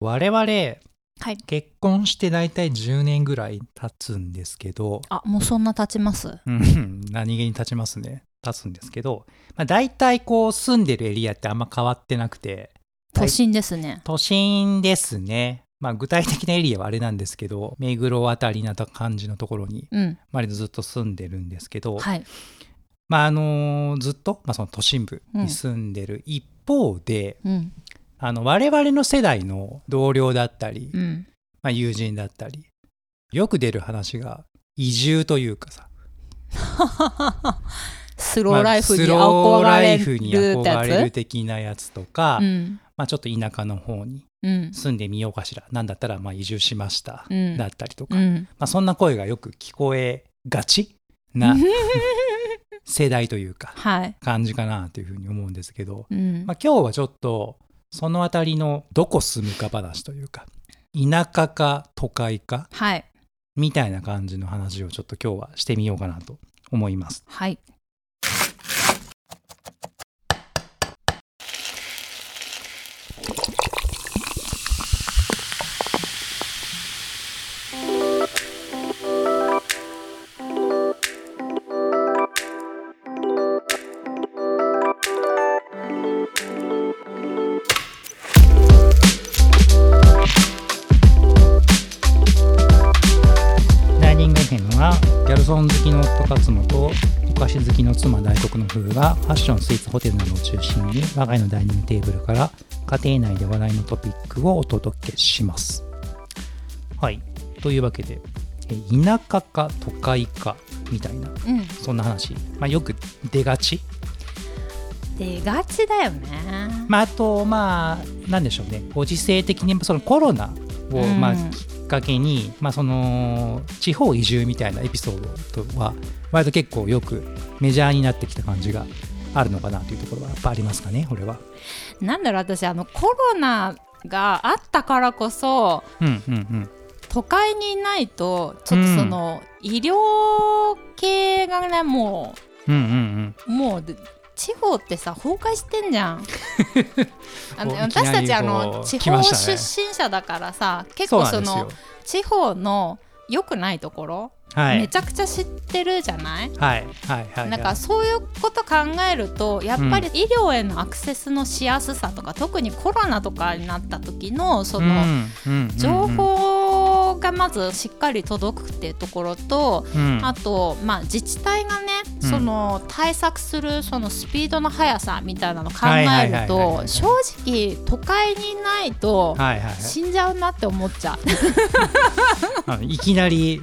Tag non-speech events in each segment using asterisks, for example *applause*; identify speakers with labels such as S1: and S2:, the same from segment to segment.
S1: 我々、
S2: はい
S1: 結婚して大体10年ぐらい経つんですけど、
S2: あもうそんな経ちます
S1: うん何気に経ちますね経つんですけど、まあ、大体こう住んでるエリアってあんま変わってなくて
S2: 都心ですね、
S1: 都心ですね、まあ、具体的なエリアはあれなんですけど目黒あたりな感じのところに、
S2: うん
S1: まあ、ずっと住んでるんですけど、
S2: はい
S1: まああのずっと、まあ、その都心部に住んでる一方で、
S2: うん
S1: あの我々の世代の同僚だったり、 *laughs*
S2: うん
S1: まあ、友人だったりよく出る話が移住というかさ
S2: スローライフに
S1: まあスロ
S2: 憧
S1: ーラ
S2: れ
S1: イ
S2: る
S1: フ
S2: って
S1: に
S2: や
S1: 憧れる
S2: つ
S1: 的なやつとか、
S2: うん
S1: まあ、ちょっと田舎の方に
S2: うん
S1: 住んでみようかしらなんだったらまあ移住しました、
S2: うん
S1: だったりとか、
S2: う
S1: ま
S2: ん
S1: あ、そんな声がよく聞こえがちな世代というか
S2: *laughs* はい
S1: 感じかなというふうに思うんですけど、
S2: うん、
S1: まあ、今日はちょっとその辺りのどこ住むか話というか田舎か都会か
S2: はい
S1: みたいな感じの話をちょっと今日はしてみようかなと思います。
S2: はい
S1: ダイニング編はギャルソン好きの夫勝間とお菓子好きの妻大黒の夫婦がファッションスイーツホテルなどを中心に我が家のダイニングテーブルから家庭内で話題のトピックをお届けします。はいというわけでえ田舎か都会かみたいな
S2: うん
S1: そんな話、まあ、よく出がち、
S2: 出がちだよね
S1: まあ、あとまあ何でしょうねご時世的にそのコロナを
S2: うん
S1: まあきっかけに、まあ、その地方移住みたいなエピソードとは割と結構よくメジャーになってきた感じがあるのかなというところはやっぱありますかねこれは。
S2: なんだろう私あのコロナがあったからこそ
S1: うんうんうん
S2: 都会にいないとちょっとその、医療系がねも
S1: うんうん
S2: うもうで地方ってさ崩壊してん
S1: *laughs*
S2: じゃんあの
S1: おいきなり
S2: 私たちあ
S1: こ
S2: の
S1: う
S2: 地
S1: 来ま
S2: 方
S1: し
S2: 出
S1: たね
S2: 身者だからさ、
S1: うん、
S2: 結構
S1: そ
S2: そう
S1: なん
S2: の
S1: ですよ
S2: 地方の良くないところ、
S1: はい
S2: めちゃくちゃ知ってるじゃない
S1: はいはいはいはい
S2: なんかそういうこと考えるとやっぱり医療へのアクセスのしやすさとか、特にコロナとかになった時のその、
S1: うんうんうんうん
S2: 情報がまずしっかり届くっていうところと、
S1: うん
S2: あと、まあ、自治体がね、
S1: うん
S2: その対策するそのスピードの速さみたいなのを考
S1: は
S2: え
S1: いはいはい
S2: る
S1: はいは
S2: と
S1: い
S2: 正直都会にいないと
S1: はいはいはい
S2: 死んじゃうなって思っちゃう。
S1: あのいきなりい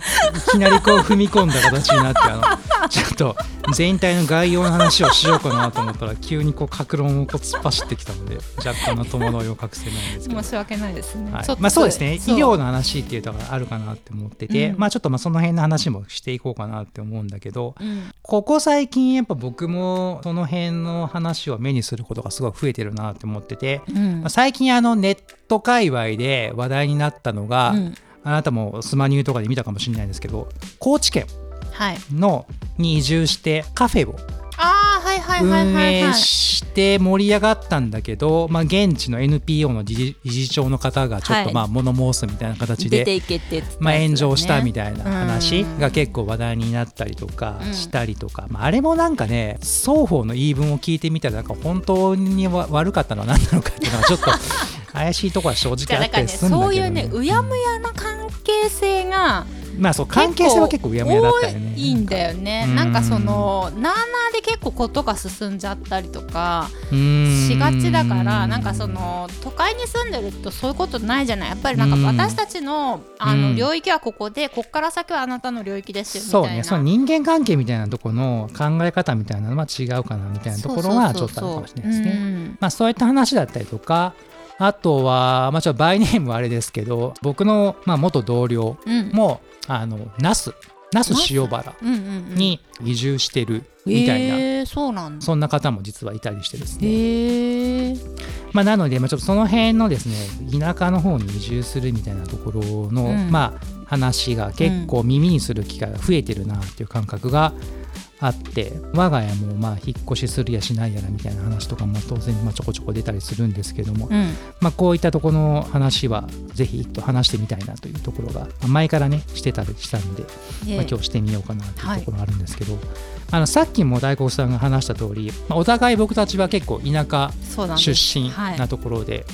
S1: きなりこう踏み込んだ形になってあ
S2: *laughs*
S1: のちょっと全体の概要の話をしようかなと思ったら急にこう格論をこう突っ走ってきたので若干の戸惑いを隠せないんですけど
S2: 申。し訳ないですね。
S1: はい
S2: ちょっと
S1: まあ、そうですね医
S2: そう
S1: 療の話っていうのがあるかなって思ってて、
S2: うん
S1: まあちょっとまあその辺の話もしていこうかなって思うんだけど
S2: うん
S1: ここ最近やっぱ僕もその辺の話を目にすることがすごい増えてるなって思ってて、
S2: うん
S1: まあ、最近あのネット界隈で話題になったのが、
S2: うん
S1: あなたもスマニューとかで見たかもしれないんですけど高知県
S2: はい、
S1: のに移住してカフェを
S2: あーはいはいはい
S1: 運
S2: はい
S1: 営
S2: はい。
S1: して盛り上がったんだけど、まあ、現地の NPO の理事理事長の方がちょっ
S2: は
S1: と
S2: い
S1: まあ物申すみたいな形で、
S2: 出ていけって、
S1: まあ、炎上したみ
S2: たい
S1: たいな話が結構話題になったりとか
S2: うん
S1: したりとか、まあ、あれもなんかね双方の言い分を聞いてみたらなんか本当にわ悪かったのは何なのかっていうのはちょっと怪しいところは正
S2: *laughs*
S1: 直あ
S2: だ
S1: っ
S2: か
S1: た
S2: ら
S1: り
S2: ね
S1: するんだけど、
S2: そういうねうやむやな関係性が
S1: まあそう関係性は結構うやむやだったよね。
S2: 多いんだよね
S1: うん
S2: なんかそのなあなあで結構ことが進んじゃったりとかし
S1: し
S2: がちだからなんかその都会に住んでるとそういうことないじゃないやっぱりなんか
S1: うん
S2: 私たちのあ
S1: う
S2: の
S1: ん
S2: 領域はここでこっから先はあなたの領域ですよみた
S1: そ
S2: いうな
S1: ねその人間関係みたいなとこの考え方みたいなのは違うかなみたいなところはちょ
S2: そう
S1: っとあるかもしれない
S2: そ
S1: です
S2: うそう
S1: ね。
S2: うん
S1: まあ、そういった話だったりとかあとは、まあ、ちょっとバイネームはあれですけど僕の、まあ、元同僚
S2: うん
S1: もあの那須那須塩原
S2: うんうんうん
S1: に移住してるみたいな、
S2: へーそうなんだ
S1: そんな方も実はいたりしてですね。
S2: へえ
S1: まあ、なので、まあ、ちょっとその辺のですね田舎の方に移住するみたいなところの、
S2: うん
S1: まあ、話が結構耳にする機会が増えてるなっていう感覚があって我が家もまあ引っ越しするやしないやらみたいな話とかも当然まあちょこちょこ出たりするんですけども、
S2: うん
S1: まあ、こういったところの話はぜひ一度話してみたいなというところがまあ前からねしてたりしたんで、
S2: で
S1: まあ、今日してみようかなというところがあるんですけど、あのさっきも大黒さんが話した通り、まあ、お互い僕たちは結構田舎
S2: そうなんです
S1: 出身なところで、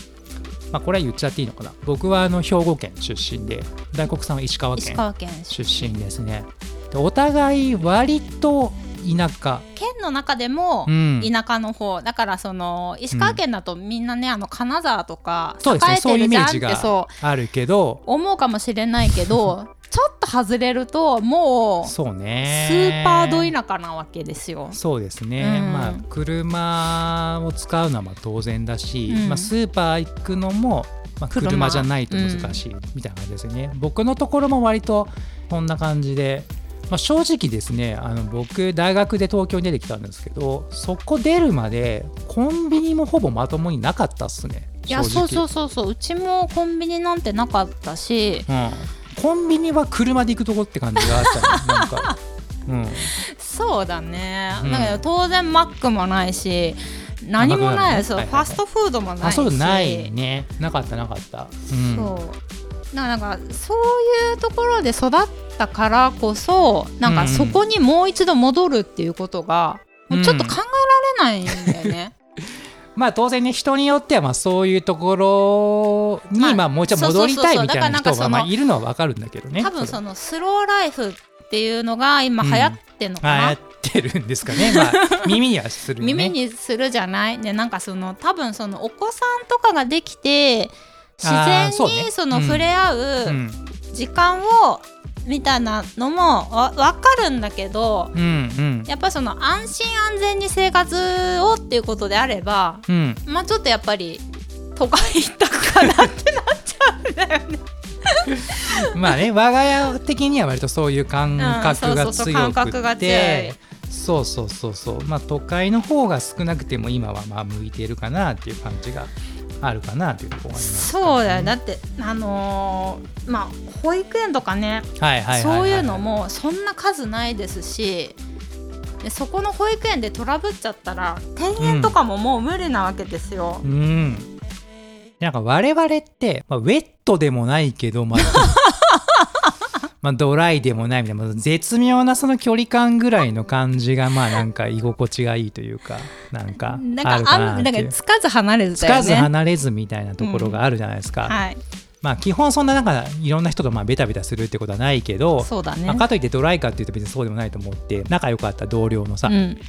S1: まあ、これは言っちゃっていいのかな僕はあの兵庫県出身で大黒さんは石川
S2: 石
S1: 県
S2: 川県
S1: 出身ですねでお互い割と田舎、
S2: 県の中でも
S1: うん、
S2: 田舎の方、だからその石川県だとみんなね、あの金沢とか
S1: そうですね
S2: 栄えてるじ
S1: そう
S2: ゃんっ
S1: いうイメージが
S2: てそう
S1: あるけど
S2: 思うかもしれないけどちょっと外れるともうス
S1: そうね
S2: ーパーど田舎なわけですよ。
S1: そうですね、
S2: うん
S1: まあ車を使うのはまあ当然だし、
S2: うん
S1: まあ、スーパー行くのも、まあ、
S2: 車
S1: 車じゃないと難しいみたいな感じですよね、僕のところも割とこんな感じで、まあ、正直ですねあの僕大学で東京に出てきたんですけどそこ出るまでコンビニもほぼまともになかったっすね
S2: いや
S1: 正直
S2: そうそうそうそううちもコンビニなんてなかったし
S1: うん、コンビニは車で行くとこって感じがあったのなんか、
S2: *laughs*
S1: うん、
S2: そうだね、
S1: うん
S2: だけど当然マックもないし何もないですよ、
S1: マクドナルドねはいはい
S2: ファストフードもないし
S1: あそうないねなかったなかった、うん、
S2: そうだからなんかそういうところで育ったからこそなんかそこにもう一度戻るっていうことが、
S1: うん
S2: もうちょっと考えられないんだよね。
S1: まあ当然ね人によってはまあそういうところに
S2: まあ
S1: まあもう一度
S2: そうそ
S1: 戻
S2: うそう
S1: り
S2: そう
S1: たいみたいな
S2: だからなんか
S1: 人
S2: その
S1: がまあいるのはわかるんだけど *laughs* ね。
S2: 多分そ
S1: の
S2: のスローライフっていうのが今流行ってんのかな、
S1: やってるんですかね。まあ耳にはするよね。
S2: 耳にするじゃないでなんかその多分そのお子さんとかができて自
S1: あ
S2: 然
S1: ーそうね
S2: にその
S1: うん
S2: 触れ合う
S1: うん
S2: 時間をみたいなのもわ分かるんだけど
S1: うんうん
S2: やっぱその安心安全に生活をっていうことであれば
S1: うん。
S2: まあちょっとやっぱり都会行ったかな
S1: *laughs*
S2: ってなっちゃうんだよね。
S1: まあね我が家的には割とそういう感覚
S2: うん
S1: が
S2: そうそうそう感
S1: 強
S2: 覚が
S1: く
S2: 強い
S1: て。そうそうそうそうまあ都会の方が少なくても今はまあ向いてるかなっていう感じがあるかなというところがありますかね、
S2: そうだよだってあのーまあ保育園とかね
S1: はいはいはいは
S2: そ
S1: は
S2: ういうのもそんな数ないですしでそこの保育園でトラブっちゃったら転園とかももう無理なわけですよ。
S1: うん。なんか我々って、まあ、ウェットでもないけど、まあ、まあドライでもないみたいな、まあ絶妙なその距離感ぐらいの感じが、まあなんか居心地がいいというか、なんか
S2: なん
S1: あ
S2: か
S1: る
S2: あ
S1: かなっ
S2: んな
S1: て
S2: ん
S1: い
S2: か
S1: う。
S2: つかず離れず
S1: つ
S2: だよ
S1: か
S2: ね。
S1: ず離れずみたいなところがあるじゃないですか。
S2: はい、
S1: まあ基本そんななんかいろんな人とまあベタベタするってことはないけど、
S2: そうだね。
S1: まあ、かといってドライかっていうと別にそうでもないと思って仲良かった同僚のさ、
S2: うん、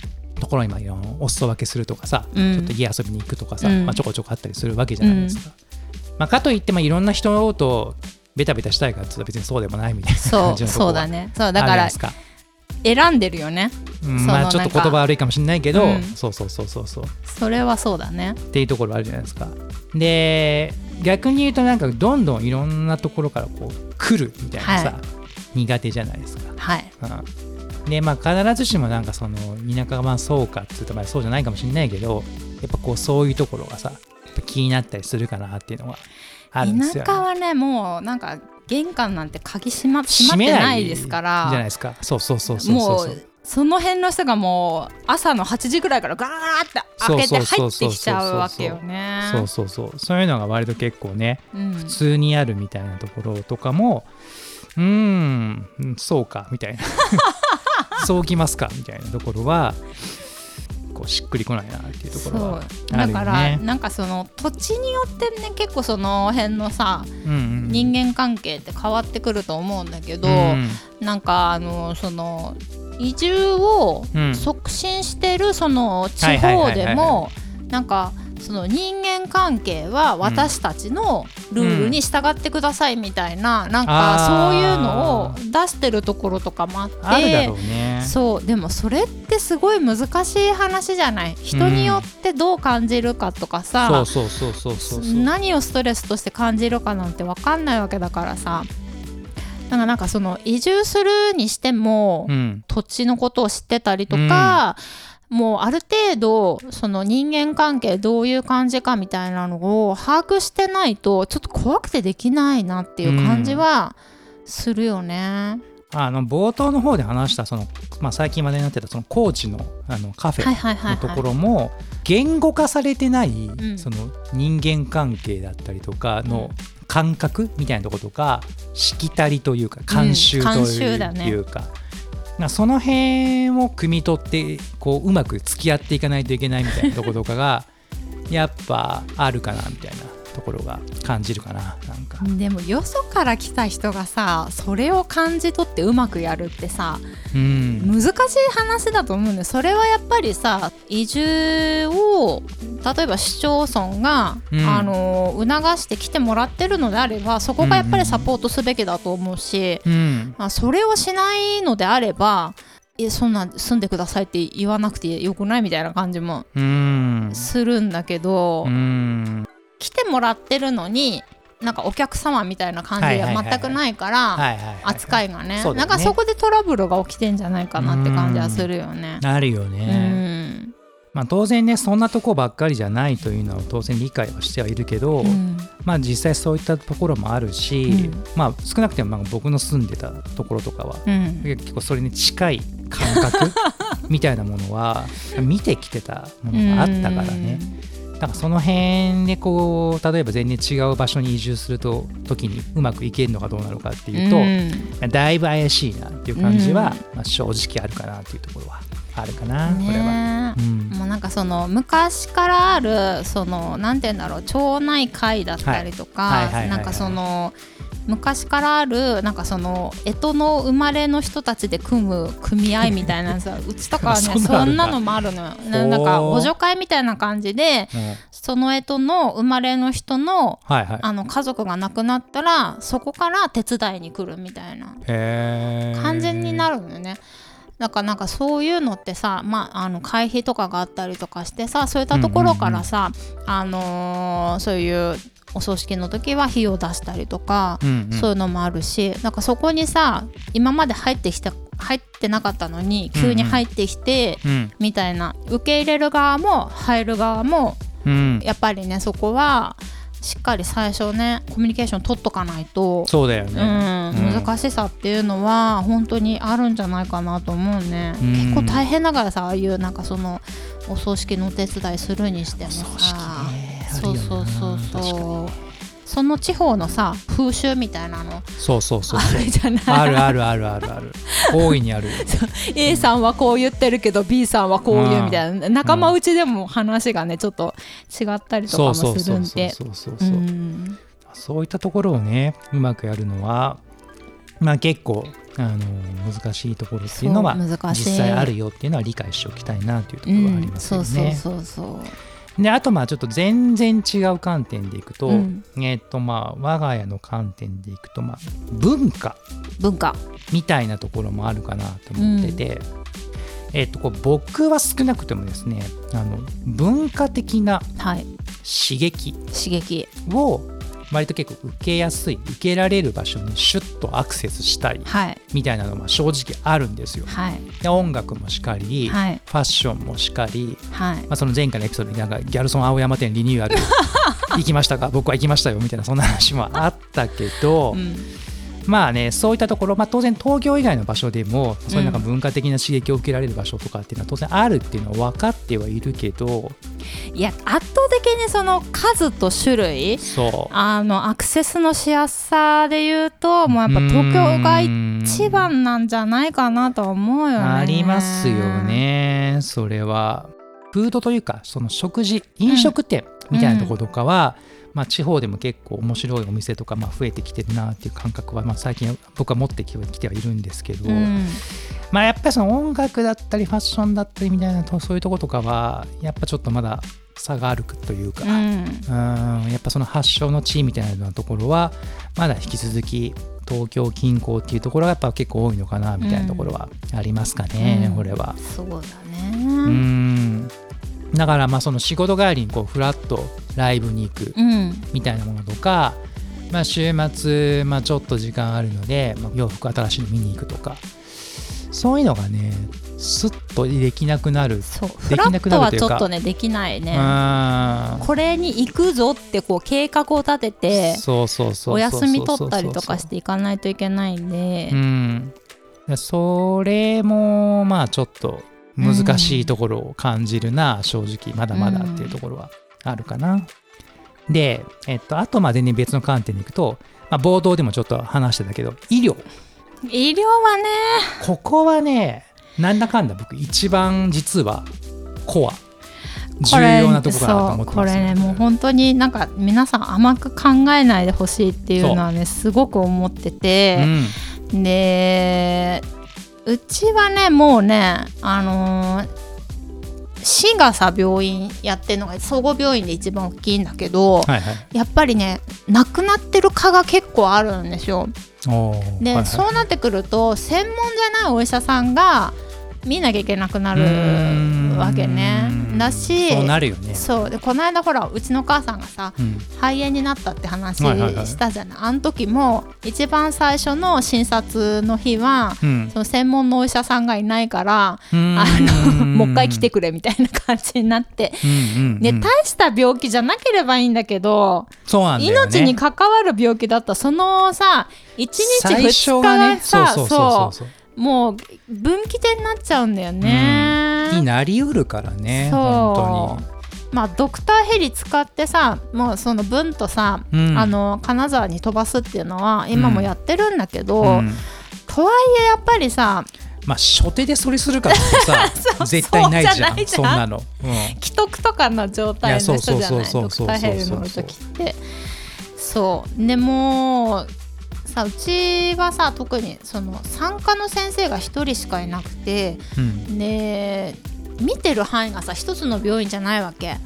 S1: ところにまあいろいろお裾分けするとかさ、
S2: うん
S1: ちょっと家遊びに行くとかさ、
S2: うん
S1: まあ、ちょこちょこあったりするわけじゃないですか。まあ、かといってまあいろんな人とベタベタしたいかっていうと別にそうでもないみたいな
S2: そ
S1: *laughs* 感じ
S2: う
S1: のとこ
S2: そう
S1: ろ
S2: だ
S1: は
S2: ね。そう
S1: あるじ
S2: だ
S1: ゃ
S2: か
S1: ない
S2: ら
S1: ですか。
S2: 選んでるよね。
S1: うん
S2: その
S1: まあちょっと言葉悪いかもしれないけど、
S2: うん
S1: そうそうそうそうそう
S2: それはそうだね。
S1: っていうところあるじゃないですか。で逆に言うとなんかどんどんいろんなところからこう来るみたいなさ、
S2: は
S1: 苦手じゃないですか。
S2: はい。
S1: うんでまあ必ずしもなんかその田舎がまあそうかっつうとまあそうじゃないかもしれないけどやっぱこうそういうところがさやっぱ気になったりするかなっていうのはあるんですよ、
S2: 田
S1: ね。
S2: 舎はねもうなんか玄関なんて鍵閉ま閉まってないですから。
S1: じゃないですか。そうそうそうそう
S2: も
S1: そう
S2: うその辺の人がもう朝の8時ぐらいからガーって開けて入ってきちゃうわけよね。
S1: そうそうそうそういうのが割と結構ね
S2: うん
S1: 普通にあるみたいなところとかもうーんうんそうかみた
S2: *laughs*
S1: いなそうきますかみたいなところはこうしっくりこないなっていうところは
S2: そう
S1: あ
S2: だ
S1: るよね。
S2: から、なんかその土地によってね結構その辺のさ
S1: うんうんうん
S2: 人間関係って変わってくると思うんだけど、
S1: うん
S2: なんかあのその移住を
S1: うん
S2: 促進してるその地
S1: はいはいは
S2: 方
S1: いはい
S2: でもなんかその人間関係は私たちのルールに従ってくださいみたいな、なんか
S1: あ
S2: そういう
S1: ー
S2: のを出してるところとかもあって
S1: あるだろうね。
S2: そうでもそれってすごい難しい話じゃない人によってどう感じるかとかさ、
S1: そうそうそうそうそうそう。
S2: 何をストレスとして感じるかなんて分かんないわけだからさなんかなんかその移住するにしても、
S1: うん
S2: 土地のことを知ってたりとか、もうある程度その人間関係どういう感じかみたいなのを把握してないとちょっと怖くてできないなっていう感じはするよね。
S1: あの冒頭の方で話したその、まあ、最近話題になってたその高知のあのカフ
S2: はい
S1: ェ
S2: はいはい
S1: のと
S2: はい
S1: ころも言語化されてない
S2: ん
S1: その人間関係だったりとかの感覚みたいなとことかしきたりというか慣習と
S2: 慣
S1: い
S2: 習だね
S1: うか。まあその辺を汲み取ってこううまく付き合っていかないといけないみたいなところとかが *laughs* やっぱあるかなみたいなところが感じるかななんか
S2: でもよそから来た人がさそれを感じ取ってうまくやるってさ
S1: うん
S2: 難しい話だと思うんだよそれはやっぱりさ移住を例えば市町村が、
S1: うん
S2: あの促して来てもらってるのであればそこがやっぱりサポートすべきだと思うし、
S1: うん
S2: あそれをしないのであればえそんな住んでくださいって言わなくてよくないみたいな感じも
S1: うん
S2: するんだけど、
S1: うん
S2: 来てもらってるのになんかお客様みたいな感じ
S1: はいはい
S2: が
S1: はいはい
S2: 全くないから、
S1: はいはいはい、
S2: 扱いがね,、
S1: そうだ
S2: な
S1: よね
S2: んかそこでトラブルが起きてんじゃないかなって感じはするよね。
S1: なるよ
S2: う
S1: ね、
S2: ん
S1: まあ、当然ねそんなとこばっかりじゃないというのは当然理解はしてはいるけど、
S2: うん
S1: まあ実際そういったところもあるし、
S2: うん
S1: まあ少なくてもまあ僕の住んでたところとかは
S2: うん
S1: 結構それに近い感
S2: *laughs*
S1: 覚みたいなものは見てきてたものがあったからね、なんかその辺でこう例えば全然違う場所に移住すると時にうまくいけるのかどうなのかって
S2: うん
S1: いうと、
S2: うん
S1: だいぶ怪しいなっていう感じは
S2: うん、
S1: まあ、正直あるかなっていうところはあるかな、これは。
S2: ね
S1: うん
S2: もうなんかその昔からあるそのなんて言うんだろう町内会だったりと
S1: はい
S2: か
S1: はいはいはいはい
S2: なんかその昔からあるなんかその干支の生まれの人たちで組む組合み
S1: *laughs*
S2: たいなさうちとかはね
S1: そんなのあ
S2: そ
S1: るん
S2: ん
S1: だ
S2: なのもあるのよ
S1: う
S2: ななんか補助会みたいな感じで
S1: もう
S2: その干支の生まれの人の
S1: はいはい。
S2: あの家族が亡くなったらそこから手伝いに来るみたいな
S1: へ
S2: 完全にな
S1: る
S2: るのよね。だからなんかそういうのってさ、まあ、あの会費とかがあったりとかしてさそういったところからさ、あのーそういうお葬式の時は費用出したりとか、
S1: うんうん
S2: そういうのもあるしなんかそこにさ今まで入ってきた入ってなかったのに急に入ってきて、
S1: うん
S2: みたいな受け入れる側も入る側も
S1: うん、
S2: やっぱりねそこはしっかり最初ねコミュニケーション取っとかないと
S1: そうだよ
S2: うん、
S1: ね。
S2: 難しさっていうのは本当にあるんじゃないかなと思うね、
S1: うん
S2: 結構大変だからさああいうなんかそのお葬式のお手伝いするにしてもさ
S1: お葬式ねあるよ
S2: そう
S1: な
S2: そうそう
S1: 確か
S2: そうその地方のさ風習みたいなの
S1: そうそうそう
S2: あ
S1: そう。
S2: るじゃない
S1: あるあるあるあるあ
S2: *laughs*
S1: る。大いにあるよ。
S2: A さんはこう言ってるけど B さんはこう言うみたいな仲間内でも話がねちょっと違ったりとか
S1: そう
S2: も
S1: そう
S2: す
S1: そ
S2: るん
S1: うそう
S2: で
S1: そうそう
S2: う
S1: そう。
S2: ん
S1: そういったところをねうまくやるのは、まあ、結構あの難しいところっていうのは
S2: そう難しい
S1: 実際あるよっていうのは理解しておきたいなというとこ
S2: う
S1: ろはあり
S2: ん、
S1: ます
S2: そ
S1: よ
S2: うそう
S1: ね。
S2: そうそう。
S1: であとまあちょっと全然違う観点でいくと、
S2: うん
S1: えっ、とまあ我が家の観点でいくとまあ文化
S2: 文化。
S1: みたいなところもあるかなと思ってて、えっ、とこう僕は少なくともですねあの文化的な
S2: はい。
S1: 刺激
S2: 刺激。
S1: を割と結構受けやすい受けられる場所にシュッとアクセスしたい
S2: はい。
S1: みたいなのは正直あるんですよ。
S2: はい。
S1: で音楽もしかり、
S2: はい
S1: ファッションもしかり、
S2: はい。
S1: まあ、その前回のエピソードになんかギャルソン青山店リニューア
S2: *laughs*
S1: ル行きましたか僕は行きましたよみたいなそんな話もあったけど、
S2: うん。
S1: まあねそういったところ、まあ、当然東京以外の場所でもそういうなんか文化的な刺激を受けられる場所とかっていうのは当然あるっていうのは分かってはいるけど
S2: いや、圧倒的にその数と種類。
S1: そう。
S2: あのアクセスのしやすさで言うと、もうやっぱ東京が一番なんじゃないかなと思うよね。
S1: ありますよ。ねそれはフードというかその食事飲食店みたいなところとかは、まあ、地方でも結構面白いお店とか、まあ、増えてきてるなっていう感覚は、まあ、最近僕は持ってきてはいるんですけど、
S2: うん。
S1: まあ、やっぱりその音楽だったりファッションだったりみたいなとそういうところとかはやっぱちょっとまだ差があるというか、
S2: うん。
S1: うんやっぱその発祥の地みたいなところはまだ引き続き東京近郊っていうところがやっぱ結構多いのかなみたいなところはありますかね、
S2: うん
S1: これは。
S2: そうだ
S1: う
S2: ね。
S1: んだからまあその仕事帰りにこうフラッとライブに行く
S2: うん。
S1: みたいなものとか、まあ、週末、まあ、ちょっと時間あるので、まあ、洋服新しいの見に行くとかそういうのがねスッとできなくなる。
S2: そう。
S1: で
S2: フラ
S1: きなく
S2: ッ
S1: な
S2: ト
S1: る
S2: は
S1: という
S2: ち
S1: か
S2: ょっとね、できないね。
S1: う
S2: これに行くぞってこう計画を立てて
S1: んそうそうそうそうそうそうそう
S2: お休み取ったりとかしていかないといけないんで
S1: う、ん、でそれもまあちょっと難しいところを感じるな、正直まだまだっていうところはあるかな。で、えっと、あとまあ全然別の観点に行くと、まあ、冒頭でもちょっと話してたけど医療
S2: 医療はね
S1: ここはねなんだかんだ僕一番実はコア重要なところだなと思って
S2: こ
S1: ま
S2: れ
S1: す
S2: そうこれねもう本当になんか皆さん甘く考えないでほしいっていうのはねすごく思って
S1: う
S2: て、
S1: ん
S2: でうちはねもうねあのー市がさ病院やってるのが総合病院で一番大きいんだけど、
S1: はいはい
S2: やっぱりね亡くなってる科が結構あるんですよ。
S1: おーは
S2: で、
S1: いはい
S2: そうなってくると専門じゃないお医者さんが見なきゃいけなくなる
S1: うーん
S2: わけね。だし
S1: そうなるよね。
S2: そうでこの間ほらうちの母さんがさ
S1: うん
S2: 肺炎になったって話
S1: はいはいはい
S2: したじゃない,、あの時も一番最初の診察の日は
S1: うん
S2: その専門のお医者さんがいないから、あ
S1: う
S2: の
S1: ん
S2: もう一回来てくれみたいな感じになって、
S1: うんうんうん
S2: ね大した病気じゃなければいいんだけど
S1: そうなんだよね
S2: 命に関わる病気だったらそのさ1日
S1: 最初
S2: 2日
S1: は
S2: が
S1: ねそう
S2: さ
S1: そうそうそう
S2: そうもう分岐点になっちゃうんだよね。
S1: になりうるからね
S2: そう
S1: 本
S2: まあ、ドクターヘリ使ってさもうその分とさ、
S1: 当に、うん
S2: あの金沢に飛ばすっていうのは今もやってるんだけど、
S1: うん
S2: とはいえやっぱりさ
S1: まあ初手でそれするから
S2: *laughs*
S1: ってさ絶対ないじゃん
S2: そうじ
S1: そ
S2: ゃ
S1: ん
S2: な
S1: ないの、うん
S2: 既得とかの状態の人じゃ
S1: いやそ
S2: な
S1: う
S2: い
S1: そ
S2: ド
S1: う
S2: ク
S1: そ
S2: タ
S1: うそう
S2: ーヘリ乗る時ってそうでもうさうちはさ特にその産科の先生が1人しかいなくて
S1: うん
S2: で見てる範囲がさ一つの病院じゃないわけ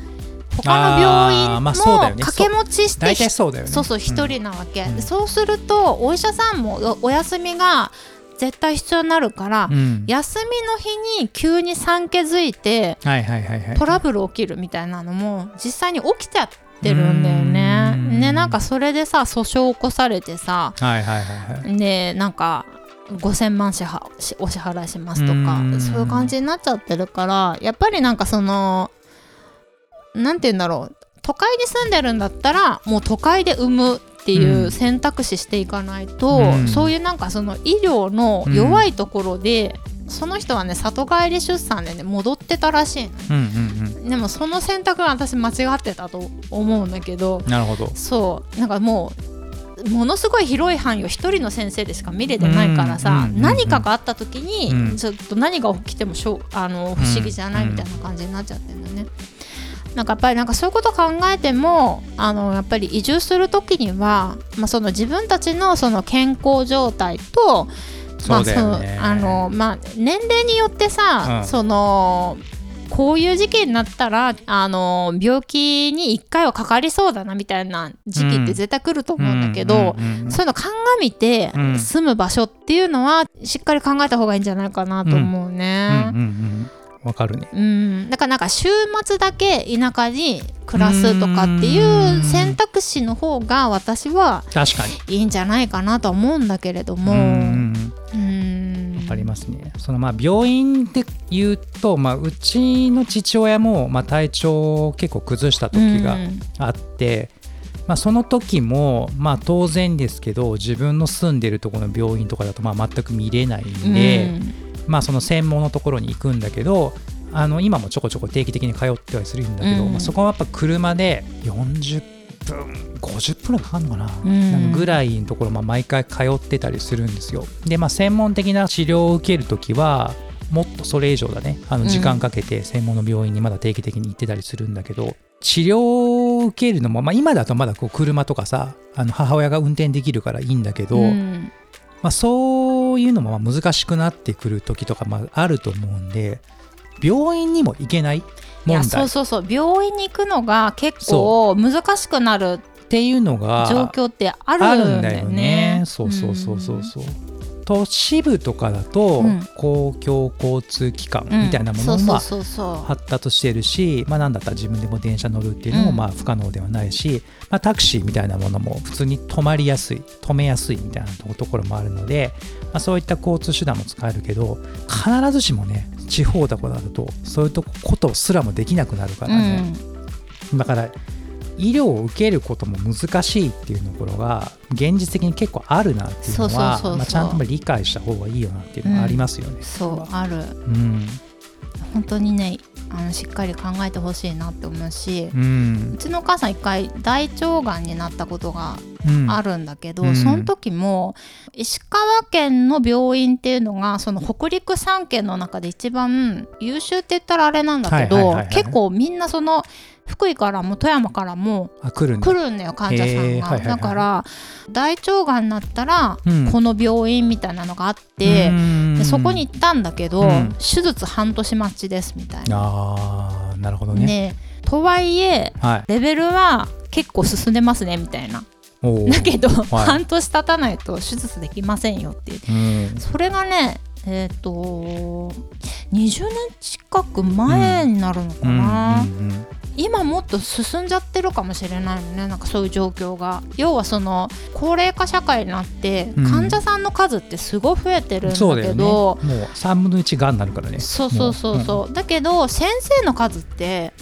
S2: 他の
S1: あー
S2: 病院
S1: まあ
S2: も
S1: そうだよね
S2: 掛け持ちして
S1: 大体そうだよね
S2: そうそう一
S1: ん
S2: 人なわけ、
S1: うん
S2: でそうするとお医者さんもおお休みが絶対必要になるから、
S1: うん
S2: 休みの日に急に産気づいて
S1: はいはいはいはい
S2: トラブル起きるみたいなのも実際に起きちゃってるんだよね
S1: うん
S2: ねなんかそれでさ訴訟を起こされてさ
S1: はいはいはいはい
S2: ねなんか5,000万支払しお支払いしますとか
S1: うん
S2: そういう感じになっちゃってるからやっぱりなんかそのなんて言うんだろう都会に住んでるんだったらもう都会で産むっていううん選択肢していかないと、
S1: うん
S2: そういうなんかその医療の弱いところで、その人はね里帰り出産でね戻ってたらしいの
S1: うんうん
S2: でもその選択が私間違ってたと思うんだけど
S1: うんなるほど
S2: そうなんかもうものすごい広い範囲を一人の先生でしか見れてないから
S1: うんうん
S2: さ、
S1: うんうん
S2: 何かがあった時に、
S1: うん
S2: ちょっと何が起きてもしょうあの不思議じゃないみたいな感じになっちゃってるのね。なんかやっぱりなんかそういうこと考えてもあのやっぱり移住する時には、まあ、その自分たちのその健康状態とま
S1: そ
S2: あ
S1: うだよね
S2: そのあのまあ、年齢によってさ、
S1: うん
S2: そのこういう時期になったらあの病気に1回はかかりそうだなみたいな時期って絶対来ると思うんだけど、
S1: うんうんうん
S2: そういうの鑑みて
S1: うん
S2: 住む場所っていうのはしっかり考えた方がいいんじゃないかなと思
S1: う
S2: う
S1: んうん
S2: ね。
S1: うんわかるね
S2: うん、だからなんか週末だけ田舎に暮らすとかっていう選択肢の方が私は
S1: 確かに
S2: いいんじゃないかなとは思うんだけれども。
S1: うんうんうん
S2: うん
S1: わかりますね。そのまあ病院で言うと、まあ、うちの父親もまあ体調を結構崩した時が
S2: うん
S1: あって、まあ、その時もまあ当然ですけど自分の住んでるところの病院とかだとまあ全く見れないんで、まあ、その専門のところに行くんだけどあの今もちょこちょこ定期的に通ってはするんだけど、
S2: うん
S1: まあ、そこはやっぱ車で40分50分ぐらいかかるのかな,、
S2: うん
S1: なんかぐらいのところ、まあ、毎回通ってたりするんですよで、まあ、専門的な治療を受けるときはもっとそれ以上だねあ
S2: う
S1: の
S2: ん
S1: 時間かけて専門の病院にまだ定期的に行ってたりするんだけど、治療を受けるのも、まあ、今だとまだこう車とかさあの母親が運転できるからいいんだけど、
S2: うん
S1: まあ、そういうのもまあ難しくなってくる時とかまああると思うんで病院にも行けない
S2: い
S1: 問
S2: やそ
S1: 題
S2: う
S1: っ
S2: そうそう病院に行くのが結構難しくなる
S1: ていうのが
S2: 状況ってある
S1: あるん
S2: ん
S1: だ
S2: だ
S1: よ
S2: よ
S1: ね
S2: ね。。
S1: そうそうそうそうそう。都市部とかだと、
S2: うん
S1: 公共交通機関
S2: うん
S1: みたいなもの
S2: そう
S1: もま
S2: そう
S1: あ
S2: そうそう
S1: 発達してるし、まあ、なんだったら自分でも電車乗るっていうのも
S2: うん
S1: まあ不可能ではないし、まあ、タクシーみたいなものも普通に止まりやすい止めやすいみたいなところもあるので、まあ、そういった交通手段も使えるけど必ずしもね地方だからだとそういうとことすらもできなくなるからね、だから医療を受けることも難しいっていうところが現実的に結構あるなっていうの
S2: そうそう
S1: は
S2: そうそう
S1: まあちゃんと理解した方がいいよなっていうのはありますよね。
S2: そうある
S1: うん
S2: 本当にねあのしっかり考えてほしいなって思うし、
S1: う
S2: うんちのお母さん一回大腸がんになったことが
S1: うん
S2: あるんだけど、
S1: うん
S2: その時も石川県の病院っていうのがその北陸3県の中で一番優秀って言ったらあれなんだけど、
S1: はいはいはいはい
S2: 結構みんなその福井からも富山からも
S1: あ来るんだ
S2: 来るんだよ患者さ
S1: へ
S2: ん
S1: ー
S2: が、
S1: はいはいはい
S2: だから大腸がんになったら、
S1: うん
S2: この病院みたいなのがあって、
S1: うん
S2: でそこに行ったんだけど、
S1: うん
S2: 手術半年待ちですみたいな。
S1: あーなるほどね。
S2: ねとはいえ
S1: はい、
S2: レベルは結構進んでますねみたいな
S1: おー
S2: だけど、
S1: い
S2: 半年経たないと手術できませんよっていう
S1: うん
S2: それがねえっ、と20年近く前になるのかな、
S1: うんうんうん
S2: 今もっと進んじゃってるかもしれないのねなんかそういう状況が要はその高齢化社会になって
S1: うん
S2: 患者さんの数ってすごい増えてるんだ
S1: そうだよ
S2: け
S1: ね
S2: ど、
S1: もう3分の1がんになるからね
S2: そうそうそうそう、だけど先生の数って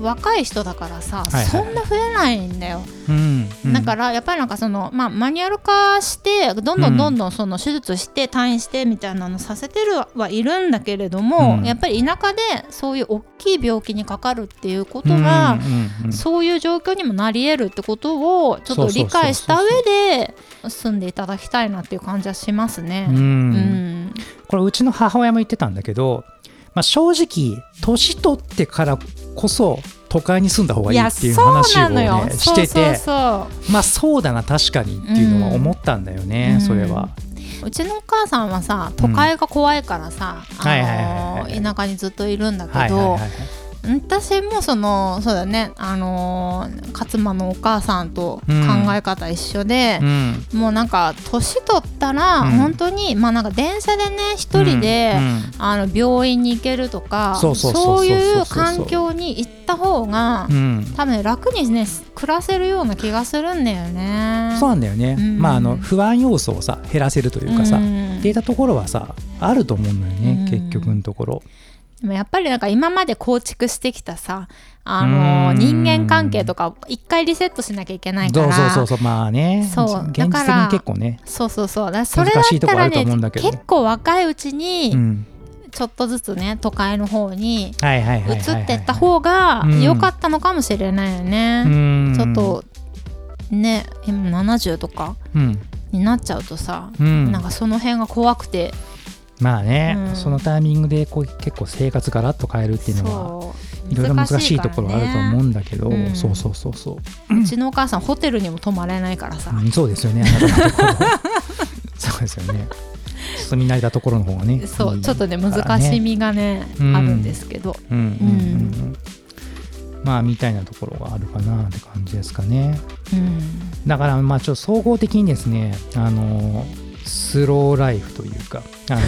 S2: 若い人だからさ、
S1: いはい
S2: そんな増えないんだよ
S1: う、うんうん、
S2: だからやっぱりなんかその、まあ、マニュアル化してどんど
S1: うん
S2: んどんどんその手術して退院してみたいなのさせてるはいるんだけれども、
S1: うん
S2: やっぱり田舎でそういう大きい病気にかかるっていうことが、
S1: うんうんうん
S2: そういう状況にもなり得るってことをちょっと理解した上で住んでいただきたいなっていう感じはします
S1: う
S2: ね。うんん、
S1: これうちの母親も言ってたんだけど、まあ、正直年取ってからこそ都会に住んだ方がいいっていう話を、ね、してて
S2: そうそう
S1: まあそうだな確かにっていうのは思ったんだよね、
S2: うん
S1: それは。
S2: そううちのお母さんはさ都会が怖いからさ、
S1: はいはいはい
S2: あの
S1: はい
S2: ー田舎にずっといるんだけど、
S1: はいはいはいはい
S2: 私もそのそうだねあのー勝間のお母さんと考え方一緒で
S1: う、ん
S2: もうなんか年取ったら
S1: うん
S2: 本当に、まあなんか電車でね一人で、
S1: うんうん
S2: あの病院に行けるとか
S1: そうそうそうそう
S2: そういう環境に行った方が、
S1: うん
S2: 多分楽にね暮らせるような気がするんだよね。
S1: そう
S2: う
S1: なんだよね、
S2: うん
S1: まあ、あの不安要素をさ減らせるというかさ、
S2: ん
S1: っていったところはさあると思うんだよね、
S2: うん
S1: 結局のところ。
S2: でもやっぱりなんか今まで構築してきたさあのー
S1: うん
S2: 人間関係とかを一回リセットしなきゃいけない
S1: そ
S2: から
S1: うそうそうそうまあね
S2: そう
S1: 現実
S2: だ
S1: 的
S2: から
S1: に結構ね。
S2: そうそうそうだからそれだ
S1: 難しい
S2: っ
S1: と
S2: た
S1: こあ
S2: ら
S1: ると
S2: ね
S1: 思うんだけどね
S2: 結構若いうち
S1: う
S2: に
S1: ん、
S2: ちょっとずつね都会の方に
S1: はいはいはいはい
S2: 移
S1: はい
S2: ってった方が
S1: うん
S2: 良かったのかもしれないよね、
S1: うん
S2: ちょっとね今70とか
S1: うん
S2: になっちゃうとさ、
S1: うん
S2: なんかその辺が怖くて
S1: まあね、
S2: うん
S1: そのタイミングでこう結構生活ガラッと変えるっていうのは
S2: そう
S1: いろいろ難しいところあると思
S2: う
S1: うんだけど、
S2: うん
S1: そうそうそうそう、
S2: うちのお母さんホテルにも泊まれないからさ、
S1: うんそうですよねあなたのところ *laughs* そうです
S2: *laughs*
S1: よね住み慣れたところの方がね
S2: そう
S1: いい
S2: ちょっとね
S1: から
S2: 難しみがね
S1: うん
S2: あるんですけど、
S1: うんうんうんうんまあみたいなところがあるかなって感じですかね
S2: うん
S1: だからまあちょっと総合的にですねあのスローライフというかあの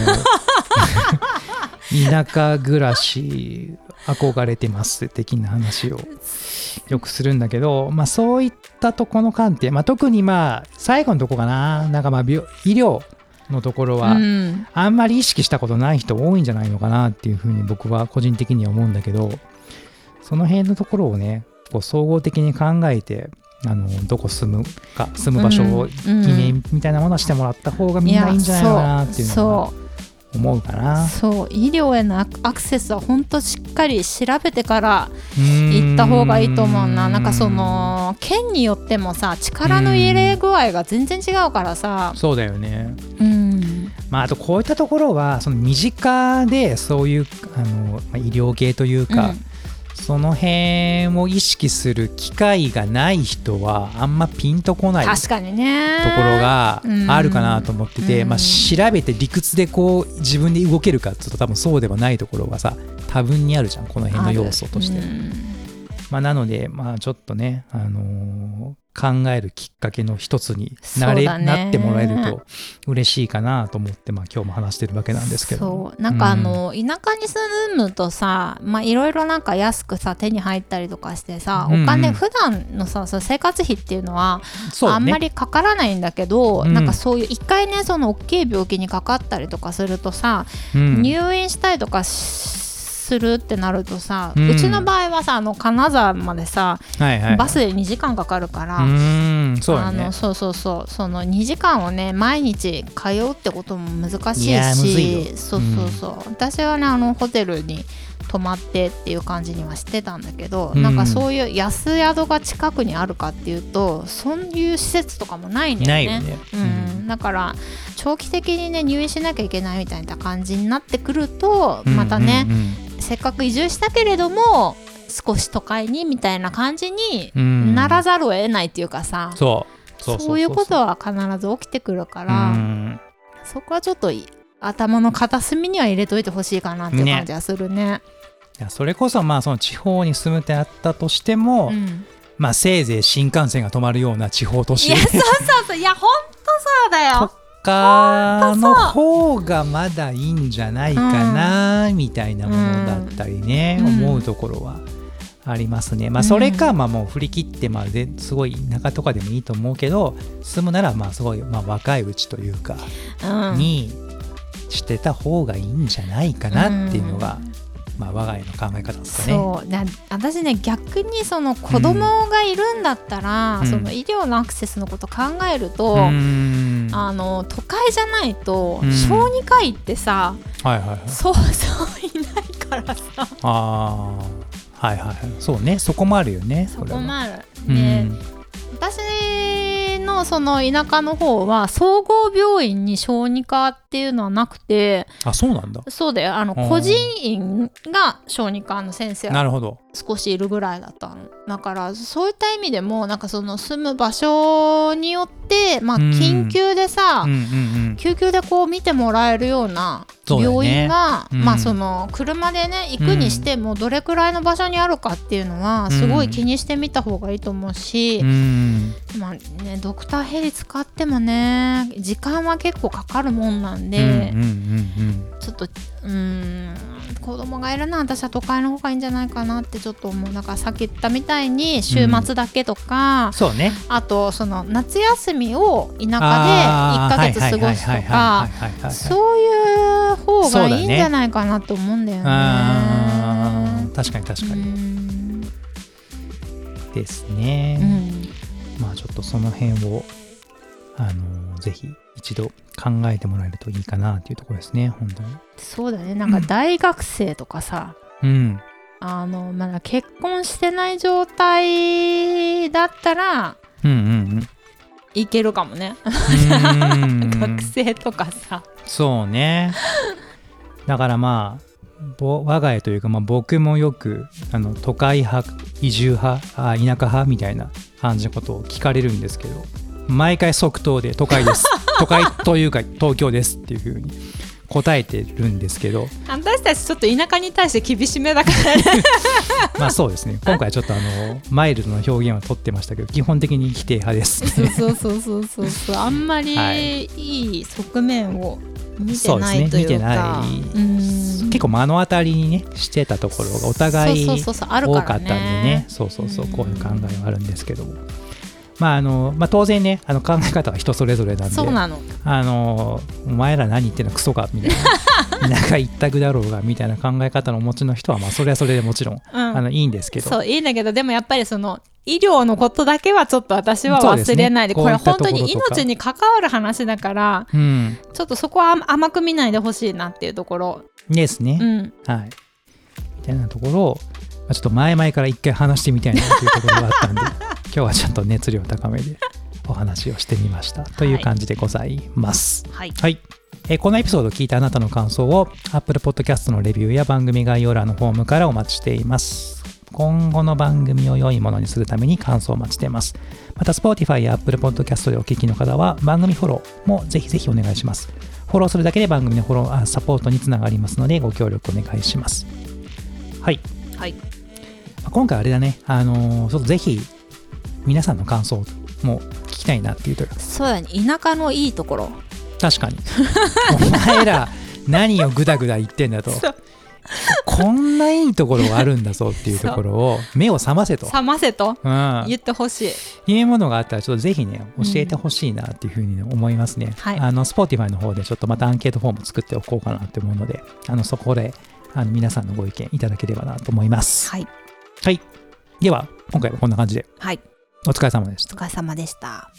S1: 田舎暮らし憧れてます的な話をよくするんだけど、まあ、そういったとこの観点、まあ、特にまあ最後のとこかななんかまあ病医療のところは、
S2: うん
S1: あんまり意識したことない人多いんじゃないのかなっていうふうに僕は個人的には思うんだけどその辺のところをねこう総合的に考えてあのどこ住むか住む場所
S2: う
S1: を
S2: ん
S1: 記念みたいなものをしてもらった方がみんないいんじゃないかなっていうのは
S2: そう
S1: 思うかな。
S2: そう医療へのアクアクセスは本当しっかり調べてから
S1: 行
S2: 行った方がいいと思うななんかその県によってもさ力の入れ具合が全然違うからさ
S1: そうだよね。
S2: うん
S1: まあ、あとこういったところはその身近でそういうあのまあ医療系というか、その辺を意識する機会がない人はあんまピンとこないと
S2: 確かにね
S1: ころがあるかなと思ってて、
S2: うん
S1: まあ、調べて理屈でこう自分で動けるかっていうと多分そうではないところがさ多分にあるじゃんこの辺の要素として。
S2: あるうん
S1: まあ、なので、まあ、ちょっとね、あのー考えるきっかけの一つにな
S2: そう
S1: れ
S2: だね
S1: なってもらえると嬉しいかなと思って、まあ、今日も話してるわけなんですけど。
S2: そうなんかあの、田舎に住むとさまあいろいろなんか安くさ手に入ったりとかしてさお金、
S1: うんうん
S2: 普段のさその生活費っていうのは
S1: そうね
S2: あんまりかからないんだけど、
S1: うん
S2: なんかそういう一回ねその大きい病気にかかったりとかするとさ、
S1: うん
S2: 入院したりとかしするってなるとさ、
S1: う
S2: うんちの場合はさあの金沢までさ、
S1: はいはい
S2: バスで2時間かかるから、
S1: うーんそうだ
S2: あ
S1: ね
S2: のそうそうそうその2時間をね毎日通うってことも難し
S1: いやー
S2: い
S1: むず
S2: し
S1: いよ
S2: そうそうそう、私はねあのホテルに泊まってっていう感じにはしてたんだけど、
S1: うん
S2: なんかそういう安宿が近くにあるかっていうとそういう施設とかもないんだよね。
S1: ないよね
S2: うん、だから長期的にね入院しなきゃいけないみたいな感じになってくると
S1: うん
S2: またね、
S1: うん
S2: せっかく移住したけれども少し都会にみたいな感じに
S1: うんうん
S2: ならざるを得ないっていうかさ、
S1: そう
S2: そ
S1: そうう
S2: いうことは必ず起きてくるから、
S1: うん
S2: そこはちょっとい頭の片隅には入れといてほしいかなっていう
S1: ね
S2: 感じはするね。
S1: いやそれこそまあその地方に住むってなったとしても、 *laughs*
S2: うん、
S1: まあせいぜい新幹線が止まるような地方都
S2: い
S1: 市
S2: やそうそうそういやほんとそうだよ。
S1: かの方がまだいいんじゃないかなみたいなものだったりね、
S2: うん
S1: 思うところはありますね。まあそれかまあもう振り切ってまあですごい田舎とかでもいいと思うけど住むならまあすごいまあ若いうちというか
S2: うん
S1: にしてた方がいいんじゃないかなっていうのが、まあ我が家の考え方ですかね。
S2: そうな私ね逆にその子供がいるんだったら、
S1: うん
S2: その医療のアクセスのこと考えると、
S1: うんは
S2: あの都会じゃないと、
S1: うん
S2: 小児科医ってさ
S1: いはいはい。
S2: そうそういないからさ
S1: ああはいはいはい。そうねそこもあるよね。
S2: そこ
S1: れは
S2: もある。
S1: う
S2: で、
S1: ん
S2: 私のその田舎の方は総合病院に小児科っていうのはなくて
S1: あそうなんだ。
S2: そうだよあの
S1: うん
S2: 個人院が小児科の先生
S1: な
S2: が
S1: るほど。
S2: 少しいるぐらいだったのだからそういった意味でもなんかその住む場所によってまあ
S1: うん
S2: 緊急でさ、
S1: うんうんうん。
S2: 救急でこう見てもらえるような
S1: そうだよ
S2: 病
S1: ね
S2: 院が、
S1: うん
S2: まあその車でね行くにしてもどれくらいの場所にあるかっていうのはすごい気にしてみた方がいいと思うし、
S1: うん
S2: まあね、ドクターヘリ使ってもね時間は結構かかるもんなんで、
S1: うんうんうん
S2: ちょっとうーん子供がいるな私は都会の方がいいんじゃないかなってちょっと思うだからさっき言ったみたいに週末だけとか、
S1: そうね。
S2: あとその夏休みを田舎で1
S1: あー
S2: ヶ月過ごすと
S1: は
S2: か
S1: いはいはいはいはいはいはいはい
S2: そういう方
S1: そう
S2: が
S1: だね
S2: いいんじゃないかなと思うんだよね。
S1: あー確かに確か
S2: う
S1: に、
S2: ん
S1: です
S2: う
S1: ね、
S2: ん
S1: まあちょっとその辺をあのぜひ一度考えてもらえるといいかなっていうところですね本当に
S2: そうだねなんか大学生とかさ、
S1: うん
S2: あのまだ結婚してない状態だったら
S1: うんうん
S2: いけるかもね、
S1: うんうん
S2: 学生とかさ
S1: そうねだからまあぼ我が家というか、まあ、僕もよくあの都会派移住派あ田舎派みたいな感じのことを聞かれるんですけど毎回即答で都会です都会というか東京ですっていうふうに答えてるんですけど
S2: 私たちちょっと田舎に対して厳しめだからね
S1: まあそうですね今回ちょっとあのマイルドな表現は取ってましたけど基本的に否定派です
S2: そうそうそうそうそうそうあんま
S1: は
S2: り
S1: い
S2: いい側面を見て
S1: そうで
S2: な
S1: すね
S2: いと
S1: 見
S2: い
S1: て
S2: うか
S1: ない
S2: うん
S1: 結構目の当たりにねしてたところがお互い
S2: そうそうそうそうある
S1: 多
S2: からね
S1: かったんでねそうそうそう
S2: うん
S1: こういう考えはあるんですけども、まああのまあ、当然ねあの考え方は人それぞれなんで
S2: そうなの
S1: あのお前ら何言ってんのクソかみたい
S2: *laughs*
S1: な田舎一択だろうがみたいな考え方のお持ちの人は、まあ、それはそれでもちろん、あのいいんですけど
S2: そういいんだけどでもやっぱりその医療のことだけはちょっと私は
S1: そうです
S2: 忘
S1: ね
S2: れないで
S1: こ
S2: こ
S1: うい
S2: れ
S1: った
S2: 本当に
S1: ところとか
S2: 命に関わる話だから
S1: うん、
S2: ちょっとそこは甘甘く見ないでほしいなっていうところ
S1: ですね、
S2: うん
S1: はいみたいなところを、まあ、ちょっと前々から一回話してみたいなというところがあったんで今日はちょっと熱量高めでお話をしてみましたという感じでございます。
S2: はい。
S1: はい。えーこのエピソードを聞いたあなたの感想を Apple Podcast のレビューや番組概要欄のフォームからお待ちしています。今後の番組を良いものにするために感想をお待ちしています。また Spotify や Apple Podcast でお聞きの方は番組フォローもぜひぜひお願いします。フォローするだけで番組のフォローあサポートにつながりますのでご協力お願いします。はい。
S2: はい。
S1: まあ今回あれだね。あのーちょっとぜひ皆さんの感想も聞きたいなっていうと
S2: そうだね。田舎のいいところ。
S1: 確かにお前ら何をグダグダ言ってんだと
S2: そう
S1: こんないいところがあるんだぞっていうところを目を覚ませと、
S2: 冷ませと
S1: うん、
S2: 言ってほしい。
S1: いうものがあったらちょっとぜひね教えてほしいなっていうふうにね思いますね、
S2: はい
S1: あの Spotify の方でちょっとまたアンケートフォーム作っておこうかなって思うのであのそこであの皆さんのご意見いただければなと思います。
S2: はい
S1: はい。では、今回はこんな感じで、
S2: はい
S1: お疲れ様でした。
S2: お疲れ様でした